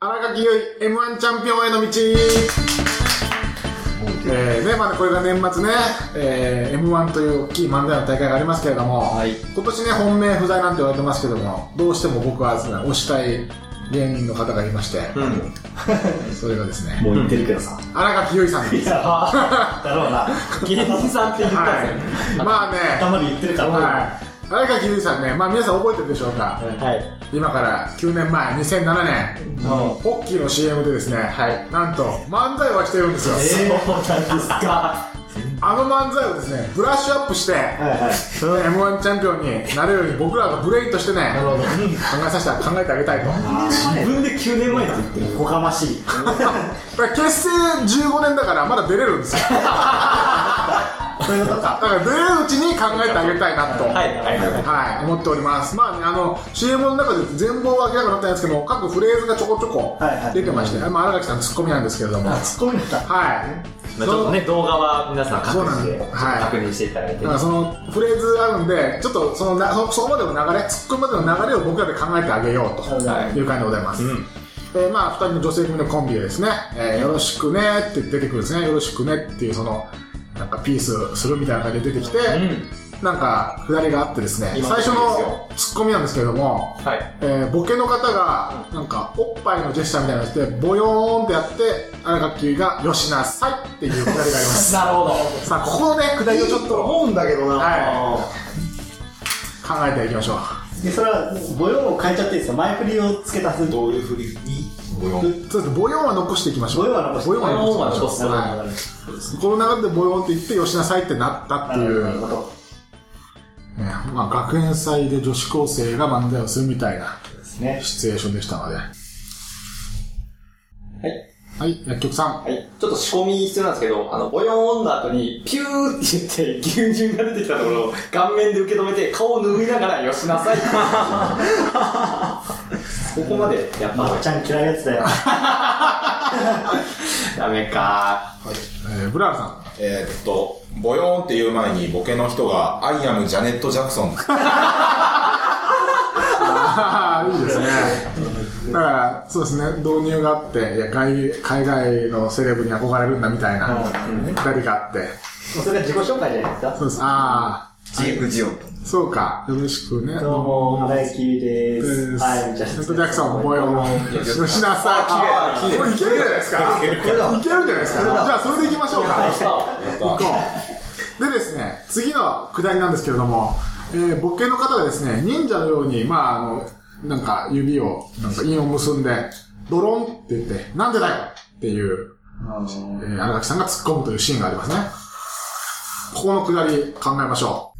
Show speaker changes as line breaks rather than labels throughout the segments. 荒垣結衣 M1 チャンピオンへの道えーね、まだこれが年末ね、えー、M1 という大きい漫才の大会がありますけれども、
はい
今年ね、本命不在なんて言われてますけども、どうしても僕はですね、推したい芸人の方がいまして、 それがですね、
もう言ってるけどさ。
荒垣結衣さんで
い
す。
や、だろうな。芸人さんって言ったんですよね。
はい、まあね、
頭で言ってるから。
はい、荒垣結衣さんね、まあ皆さん覚えてるでしょうか、
はい。
今から9年前、2007年、
うん
ポッキーの CM でですね、
はい
なんと漫才をしてるんですよ。
そうなんですか。
あの漫才をですね、ブラッシュアップして、
はいはい。
その M1 チャンピオンになれるように僕らがブレインとしてね、
なるほど
考えさせて、考えてあげたいと。
自分で9年前って言ってる。おかましい。
だから結成15年だからまだ出れるんですよ。だ
そういうことか。
から出れるうちに考えてあげたいなと。
はいはいはい。
はい、思っております。まあね、あの、CM の中で全貌は明らかになったんですけども、各フレーズがちょこちょこ
はいはい
出てまして、まあ、荒垣さんツッコミなんですけれども、
あ、
は
ツッコミだった。
い。
まあ、ちょっとね、動画は皆さん
そう
各
なん
自で
ではい
確認していただいて、
だからそのフレーズあるんで、ちょっとそのなそそこまでの流れ、ツッコミまでの流れを僕らで考えてあげようと
はい
いう感じでございます。
うん
えーまあ、2人の女性組のコンビでですね、えーよろしくねって出てくるんですね、よろしくねっていう、その、なんかピースするみたいな感じで出てきて、なんか、下りがあってですね、
今
最初
の時ですよ
のツッコミなんですけれども、
はい
えーボケの方が、なんか、おっぱいのジェスチャーみたいなのして、ボヨーンってやって、荒垣結衣が、よしなさいっていうくだりがありま す。
なるほど。
さあ、ここのね、くだりをちょっと考
思うんだけどな、
はえていきましょう。
で、それは、模様を変えちゃっていいですか前振りを付け足す。
どういうふうにご用
そうですね、ボヨーンは残していきましょう。
模様は残して。
ボヨーンは残していきましょう。
ボヨーンは残して
は
なるほどなるほど。
いこの流れでボヨーンって言って、よしなさいってなったっていう。
なるほど。
ねまあ、学園祭で女子高生が漫才をするみたいな
ですね。
シチュエーションでしたので。
はい。
はい、薬局さん。
はい。ちょっと仕込み必要なんですけど、あの、ボヨーンの後に、ピューって言って、牛乳が出てきたところを顔面で受け止めて、顔を拭いながら、よ しなさいって。ここまで、やっ
ま
ぱ
っ、ちゃん嫌いなやつだよ。
ダメか。
えー、ブラールさん。
えーっと、ボヨーンっていう前にボケの人が、アイアムジャネット・ジャクソン。
ああ、いいですね。だから、そうですね、導入があって、いや海海外のセレブに憧れるんだみたいな、二人があって。
それが自己紹介じゃないですか。
そうです、ああ、
ジーク・ジオン。
そうか、よろしくね。
どうも、荒井きみで
う
す。
ん
はい、
ジ
じゃあ、
ャントジャクソンもボヨ ーン。吉田さん、これいけるじゃないですか。いけるじゃないですか。じゃあ、それでいきましょうか。行こう。でですね、次のくだりなんですけれども、えー、ボケの方がですね、忍者のように、まあ、あの、なんか指を、なんか韻を結んで、ドロンって言って、なんでだよっていう、えー、荒垣さんが突っ込むというシーンがありますね。ここのくだり考えましょ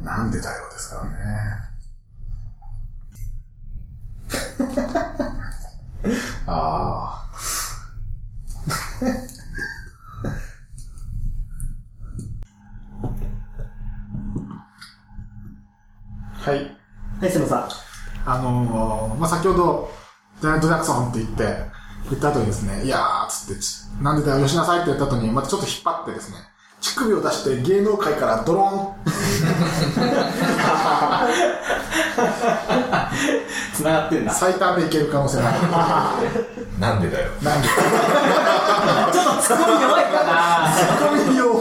う。なんでだよですからね。 ああ。はい。
はい、すみま
あのーまあ、先ほど、ジャネット・ジャクソンって言って、言った後にですね、いやーっつってち、なんでだよ、よしなさいって言った後に、またちょっと引っ張ってですね、乳首を出して芸能界からドローン、
繋がってんだ。
最短でいける可能性があ
なんでだよ。
る。なん でちょっとツッコミ弱いかなツッコミ弱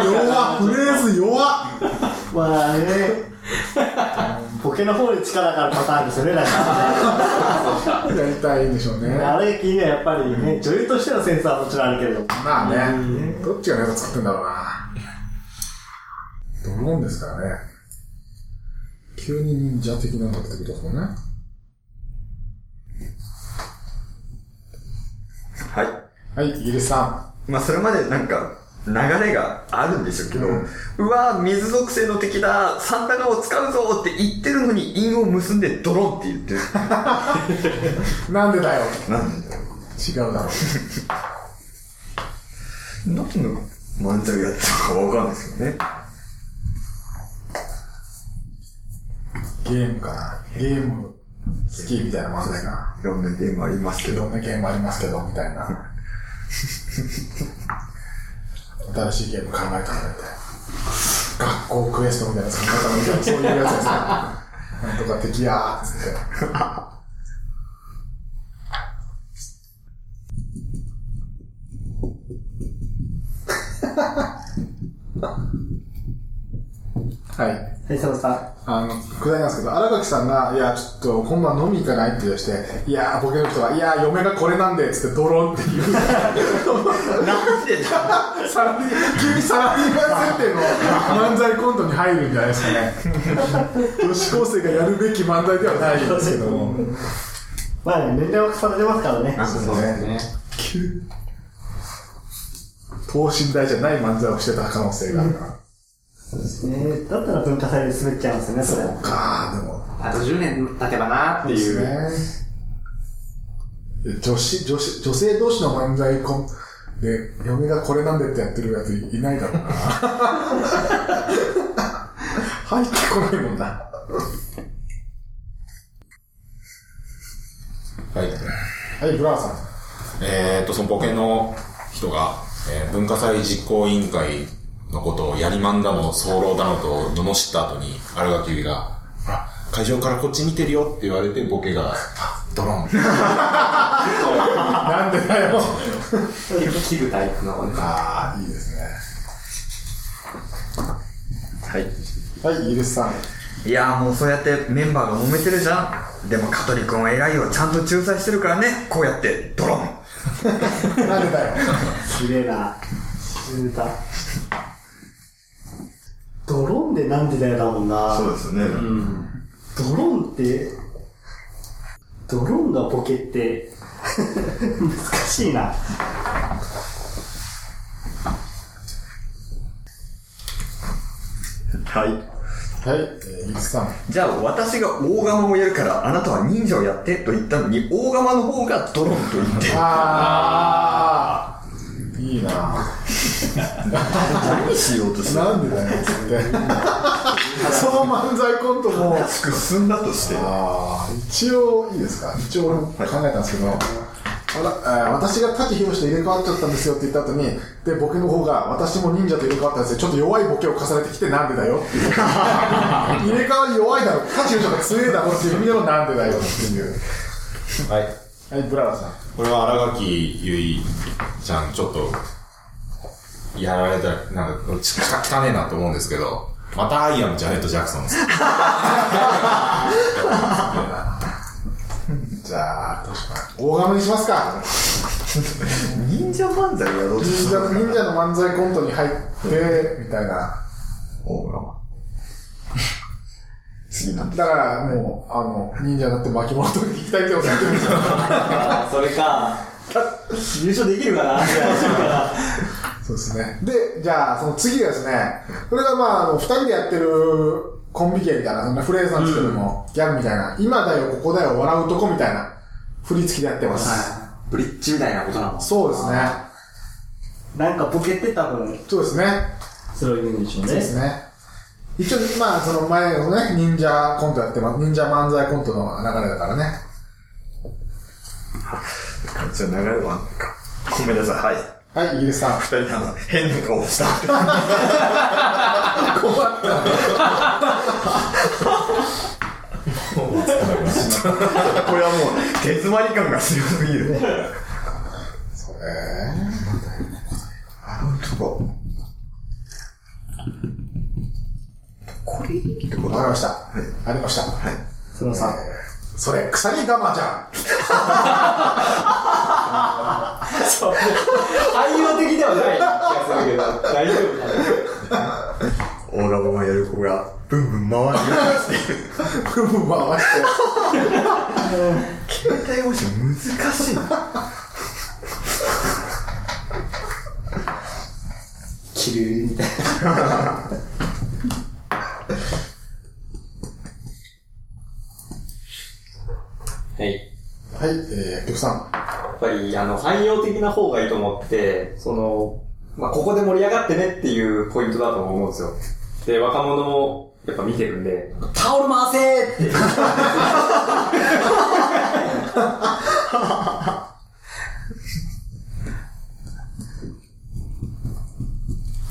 弱フレーズ弱
せん。 まあね、ボケの方に力があるパターンですよね、だ か
やりたいんでしょうね。
ら。荒井きみはやっぱりね、女優としてのセンスはもちろんあるけれども。
まあね、どっちがネタ作ってんだろうな。ドローンですからね。急に忍者的なのが出てくるとこね。
はい。
はい、イギリスさ
まあ、それまでなんか、流れがあるんでしょうけど、
う
うんわぁ、水属性の敵だ、サンダガを使うぞって言ってるのに、韻を結んでドロンって言ってる。
ん。なんでだよ。
なんだよ。
違うだろう。
何の漫才をやってるかわかんないですよね。
ゲームかな。ゲーム好きみたいな漫才が。
いろんなゲームありますけ
い
ど。
ろんなゲームありますけど、みた いな。新しいゲーム考えたのみたいな。学校クエストみたいなやつ考えたのみたいな、そう いうやつですね。なんとか敵やーっつって。はい。
はい、佐藤さ
あの、くだりなんですけど、荒垣さんが、いや、ちょっと、今晩飲み行かないって言い出して、いやー、ボケの人は、いやー、嫁がこれなんで、つって、ドロンって言う。
なんでだ
サラリー、急にサラリーマン設定の漫才コントに入るんじゃないですかね。女子高生がやるべき漫才ではないんですけども。
ん。まあね、年齢を重ねてますからね。
そうですね。急。等身大じゃない漫才をしてた可能性があるから。
ねだったら文化祭で滑っちゃいますよね、それ。
かー、でも。
あと10年経てばなーっていう。
ですね。女子、女子、女性同士の漫才コンで、嫁がこれなんでってやってるやついないだろうな。入ってこないもんな。
は い。
はい、ブラーさん。
えー、っと、そのボケの人が、えー文化祭実行委員会のことをやりまんだの、早漏だのと、罵った後に、荒垣結衣が、ほら、会場からこっち見てるよって言われて、ボケが、ドロン。
なんでだよ。
切るタイプのね。
ああ、いいですね。
はい。
はい、イギリスさん。
いやーもうそうやってメンバーが揉めてるじゃんでも香取君は偉いよちゃんと仲裁してるからねこうやってドロン
なんでだよ。
綺麗な。沈んだ。ドローンでなんでだよだもんな。
そうですね。
ドローンって、ドローンがボケって、 難しいな。
はい。
はい、えーイギリスさん。
じゃあ私が大釜をやるからあなたは忍者をやってと言ったのに大釜の方がドロンと言って
ああ、いいな。
何しようとして
なんでだよ、つ って。その漫才コントも、
くすんだとして。
ああ、一応いいですか一応俺も考えたんですけど、あらえー私が舘ひろしと入れ替わっちゃったんですよって言った後にでボケの方が私も忍者と入れ替わったんですよちょっと弱いボケを重ねてきてなんでだよっていう入れ替わり弱いだろ舘ひろしの方が強いだろっていう意味でのなんでだよっていう
はい。
はいブララさん
これは荒垣結衣ちゃん、ちょっと、やられた、なんか、ち汚ねえなと思うんですけど、またアイアム・ジャネット・ジャクソンです。
じゃあどうしようかな大釜にしますか
忍者漫才をやろうとし
忍
て
者忍者の漫才コントに入ってみたいな
大釜
次なんだ。
だからもうあの忍者になって巻物取りに行きたいってことやってるんですよ
あーそれか。優勝できるかな
そうですね。で、じゃあ、その次がですね、これがまあ、あの、二人でやってるコンビ芸みたいな、そんなフレーズなんですけども、ギャグみたいな、今だよ、ここだよ、笑うとこみたいな、振り付きでやってます。
ブリッジみたいなことなの
そうですね。
なんかボケって多分、
そうですね。
それを言うんでしょう
そうで
ね。
すね。一応、まあ、その前のね、忍者コントやってます。忍者漫才コントの流れだからね。
じゃあ流れは、ごめんなさい。はい。
はい、イギリスさん。
二人なんか変な顔 した。これはもう、手詰まり感が強すぎる。
それ
これいいって
わかりました。ありました。はい。
そのさ、
それ、鎖鎌じゃん。
汎用的ではない気がするけど、大丈夫かな
大釜がやる子が、ブンブン回り出 してる。
ふむ回して。
携帯越し難しいな。
キルみたい
はい。
はい、えー、ペクさん。
やっぱり、あの、汎用的な方がいいと思って、その、まあ、ここで盛り上がってねっていうポイントだと思うんですよ。で、若者も、やっぱ見てるんで、タオル回せーって。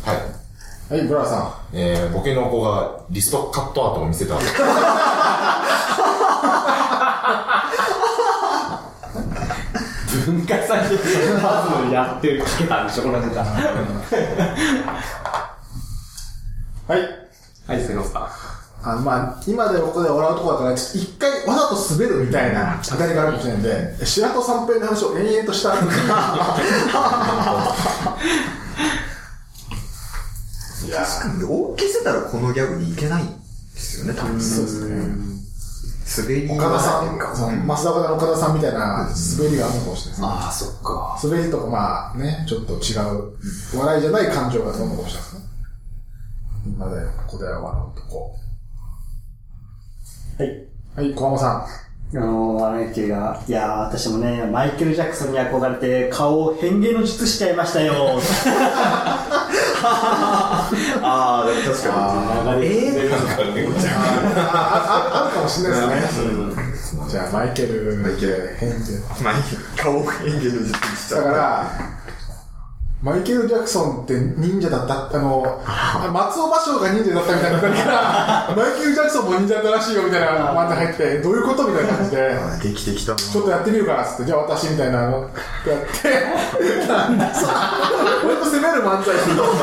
はい。
はい、ブラさ
えー、ボケの子がリストカットアートを見せた。
文化祭で、まずやってる、かけたんでしょ、このネタ。
ん。はい。
はい、すみません。
あの、まあ、今でここで笑うとこだったら、ちょっと一回わざと滑るみたいな当たりがあるかもしれないんで、白戸三平の話を延々とした後が
いや確かに、大消せたらこのギャグにいけないんですよね、多分。そうですね。滑り
岡田さ
が
ん、その増田岡田の岡田さんみたいな滑りがあるのかもしれないですね。
ああ、そっか。
滑りとか、まあね、ちょっと違う、笑いじゃない感情がどんどんかもしれないですね。今だよ、ここでは笑うとこ。
はい。
はい、小浜さ
あのー、アメキュが、いやー、私もね、マイケル・ジャクソンに憧れて、顔を変形の術しちゃいましたよ。
ああ、でも確か
流れてる
ん。あ、あ、あるかもしれないですね。 じゃあ、マイケル、マイケル、変で。
つまり、顔演技の術にしちゃ
だ
う。
から、マイケル・ジャクソンって忍者だった、あの、あ松尾芭蕉が忍者だったみたいな感じから、マイケル・ジャクソンも忍者だったらしいよみたいな漫才入って、どういうことみたいな感じで、
あできてきた
ちょっとやってみるからっつって、じゃあ私みたいなのやって、なんだそれ俺と攻める漫才するの
ぐ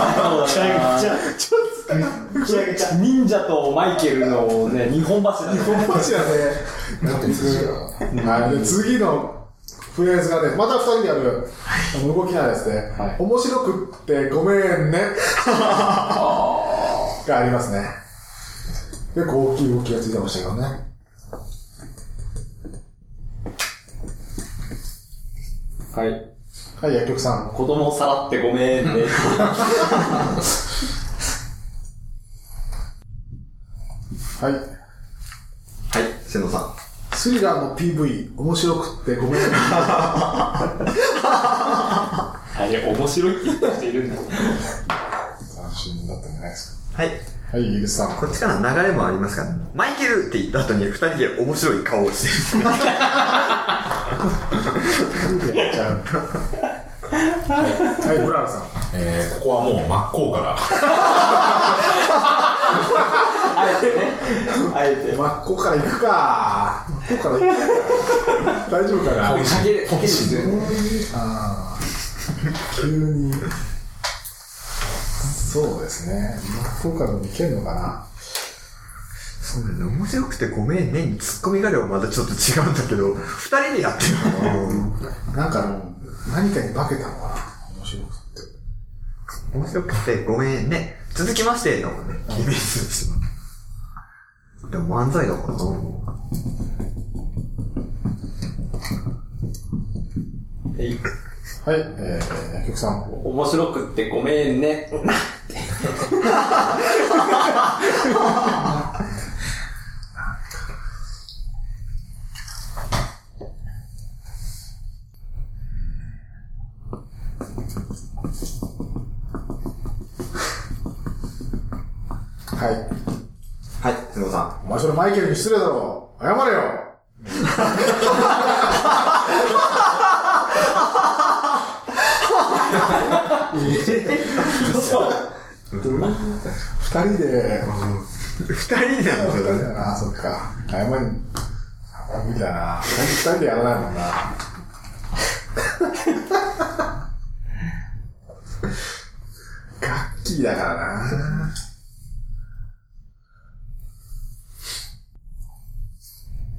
ちゃぐちゃ。
ちなみに忍者とマイケルのね、日本橋だね。
マジやね。なんてで、次のフレーズがね、また二人でやる、あの動きなんですね。面白くってごめんね。がありますね。結構大きい動きがついてましたけどね。
はい。
はい、薬局さん。
子供をさらってごめんね。
はい。
はい、瀬野さん。
スリラーの PV、面白くってごめんね。
あれ、面白いって言った人いるんだ。
斬新だったんじゃないです
はい。
か。はい、イギリスさん。
こっちから流れもありますから、マイケルって言った後に二人で面白い顔をしてる。
やっちゃう。はい、ブララさん。
えー、ここはもう真っ向から。
あえてね。あえて。
真っ向から行くか。真っ向から行くか。大丈夫かな。
かける、かける
あー急にそうですね真っ向からでもいけるのかな
そうね、面白くてごめんねにツッコミがあればまたちょっと違うんだけど、二人でやってるのも
なんか、何かに化けたのかな面白くて
面白くてごめんね。続きましてのね、イメージですよでも漫才だからな。
はいえー、薬局さん
面白くってごめんね。
はい
はい、瀬野さん。
お前それマイケルに失礼だろ謝れよ 二人で、
二人でやってるね。
ああ、そっか。謝り、謝り無理だな。二人でやらないもんな。ガッキーだからな。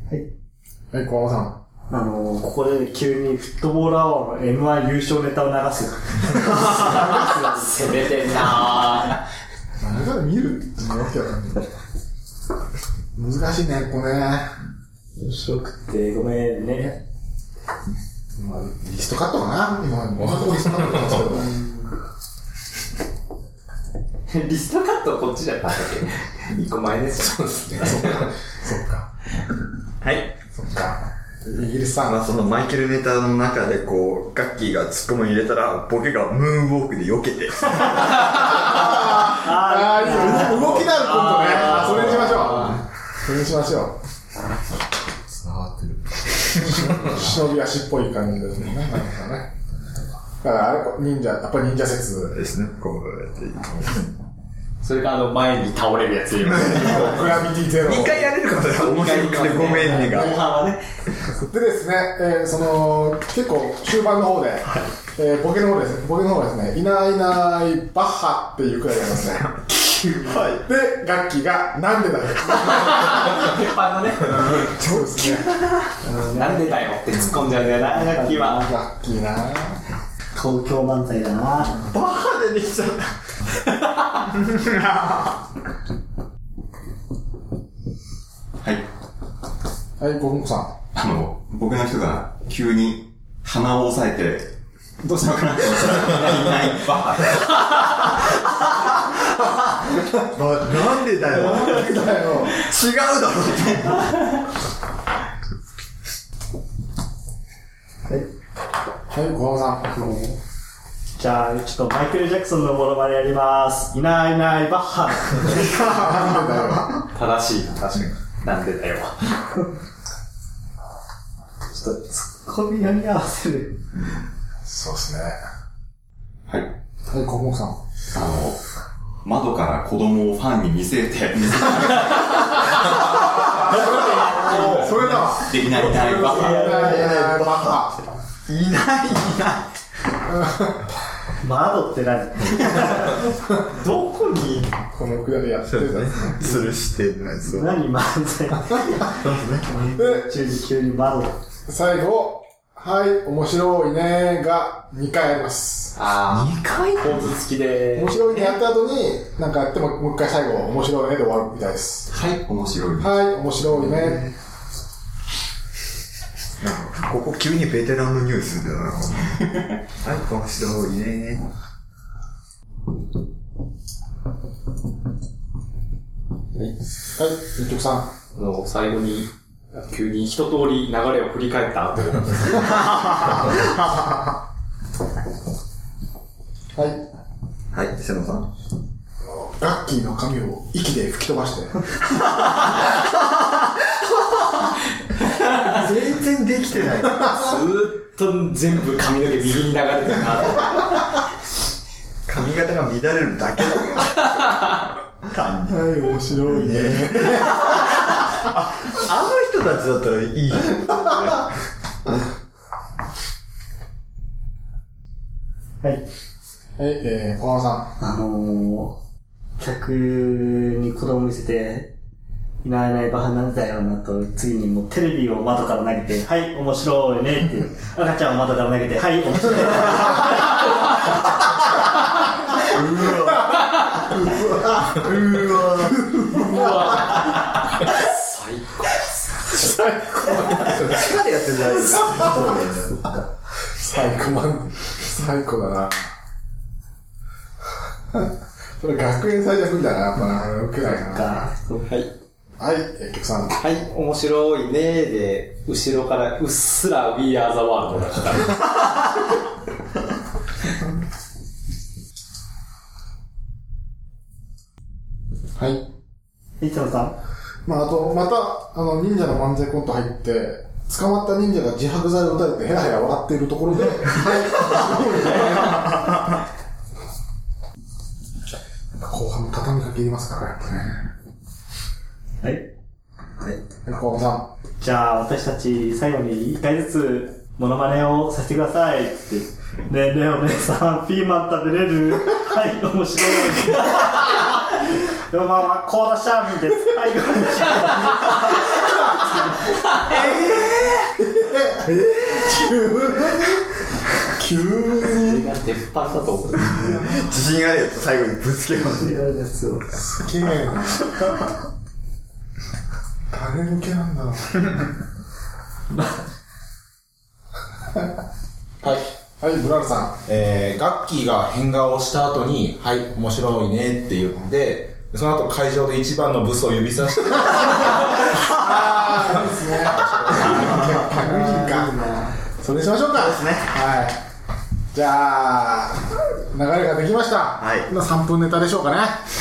はい。はい、小浜さん。
あのー、ここで急にフットボールアワーの M1 優勝ネタを流す。
攻めてんな
何から見るって言うわけだから難しいね、ここね。
面白くてごめんね。
まあ、リストカットかな今まで。同じリストカットなんですけど。
ー。リストカットこっちじゃなかったっけ一個前ですよ。そうですね。
そっか。
はい。
そっか。イギリスさん
ま。あそのマイケルネタの中でこう、ガッキーがツッコミを入れたら、ボケがムーンウォークで避けて。
ああ、いいよ動きのあるコントね。あそれにしましょう。それにしましょう。
繋がってる。
忍び足っぽい感じですもんね。なんかね。だから、あれ、忍者、やっぱり忍者説。
ですね、こうやって。
それかあの前に倒れるやつ今。
グラビティゼロ。
一回やれるかもしれない。面白くてごめんねが。
でですね、えーその、結構終盤の方で、えーボケの方です、ボケの方がですね、いないいないバッハっていうくらいありますね。で、楽器が、なんでだよ。
鉄板のね、
そうですね。
なんでだよって突っ込んじゃうんだよな、楽器は。
楽器な
東京漫才だな
バカでできちゃった。
はい。
はい、ごふんこさ
あの、僕の人が急に鼻を押さえて、どうしたのかなって思ったら、いない、バ カ。
なんでだよ。
ん。だよ。
違うだろ。
はい、ごふんこさん。
じゃあ、ちょっとマイケル・ジャクソンのモノマネやります。いないいないばっは。
なんでだよ。
正しいな、確かに。なんでだよ。
ちょっと、ツッコミ読み合わせる。
そうですね。
はい。
はい、ごふんこさ
あ
ん。
の、窓から子供をファンに見せて、
それだ。
できない大バカ。
いやいやいや、バカ。
いないいない。
窓って何どこに、
このくらいやってたやつ
吊るしてないですよ。
何漫才
で、
中に急に窓。
最後、はい、面白いねが2回あります。
あ
二回
あ、構図付きで
面、白いねやった後に、なんかやっても、もう一回最後、面白いねで終わるみたいです。
はい、面白い。
はい、面白いね。
なんか、ここ急にベテランのニュースだ な。はい、面白いね。
はい、一曲さん。
あの最後に、急に一通り流れを振り返った後、
はい。
はい、瀬野さん。
ガッキーの髪を息で吹き飛ばして。
全然できてない。
ずーっと全部髪の毛右に流れてるなと。
髪型が乱れるだけだよ。単に。
はい、面白いね。
あの人たちだったらいい。
はい。
はい、えー、小浜さ
あのー、客に子供見せて、いないいないバカなんだよなと、次にもうテレビを窓から投げて、はい、面白いねって、赤ちゃんを窓から投げて、はい、面白いね。
うわ
ん。
地下でやってるじゃないですか。
最高マン、最高だな。それ学園最弱みたいな、やっぱな、受けないな。
はい。
はい、えー、曲さん。
はい、面白いねーで、後ろからうっすら We Are the World がかかる。
はい。
いつもさん、
まあ、あと、また、あの、忍者の漫才コント入って、捕まった忍者が自白剤を打たれてヘラヘラ笑っているところで、はい。後半も畳みかけりますから、やっぱね。
はい。
はい小浜さ
じゃあ、私たち、最後に一回ずつ、モノマネをさせてください。って。ねえねえお姉さん、ピーマン食べれるはい、面白い。でもまあまあ、コーダシャーミンです。はい、コーダシャーミン。
鉄板だと思う。
自信あるやつ最後にぶつけます。
ん。すげえな。誰向けなんだろう。
はい。
はい、ブラルさん。
えー、ガッキーが変顔をした後に、はい、面白いねって言って、その後会場で一番のブスを指さして、
パクリか。それにしましょうか。ですね。はい。じゃあ、流れができました。
はい
今3分ネタでしょうかね。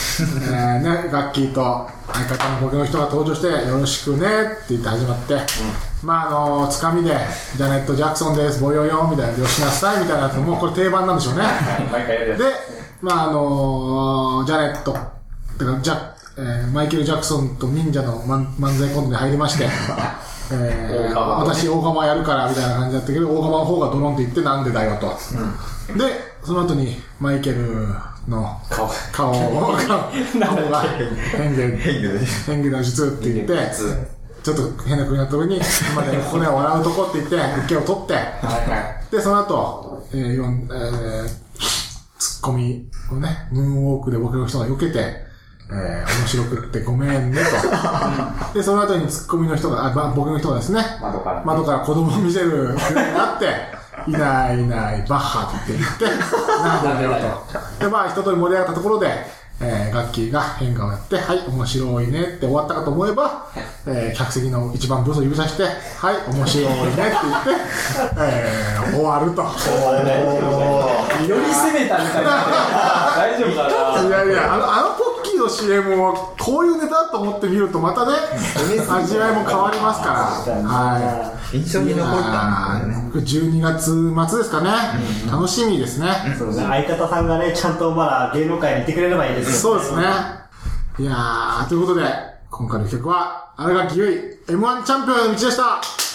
えーね、ガッキーと相方のボケの人が登場して、よろしくねって言って始まって、まあ、あのつかみで、ジャネット・ジャクソンです、ボヨヨみたいな、よしなさいみたいなやつ、もうこれ定番なんでしょうね。
毎回やるや
で、まああのジャネット、てかジャ、えーマイケル・ジャクソンと忍者の漫漫才コントに入りまして、 えー
大釜をね
私、大釜やるからみたいな感じだったけど、大釜の方がドロンって言って、なんでだよと。で、その後に、マイケルの顔顔 を、顔が変で、変で、変で術って言って、ちょっと変な国のところ に、今まで骨を笑うとこって言って、受けを取って、で、その後、えー、よんえー、ツッコミをね、ムーンウォークでボケの人が避けて、えー、面白くってごめんねと。 で、その後にツッコミの人が、あ、ばボケの人がですね、
窓から。
窓から子供を見せるようにな って、いないいない、バッハって言って、なんだよと。で、まあ、一通り盛り上がったところで、えー、ガッキーが変化をやって、はい、面白いねって終わったかと思えば、えー、客席の一番ブースを指さして、はい、面白いねって 言って、えー、終わると。
より攻めたみたいな。大丈夫か
いやいや、あの、あのポッキーの CM を、こういうネタだと思って見ると、またね、味わいも変わりますから。はい。
印象に残ったんだよね。
これ12月末ですかね、楽しみですね、
そうですね。相方さんがね、ちゃんとまだ芸能界にいてくれればいいですよね。
そうですねいやーということで今回の企画は新垣結衣 m 1チャンピオンの道でした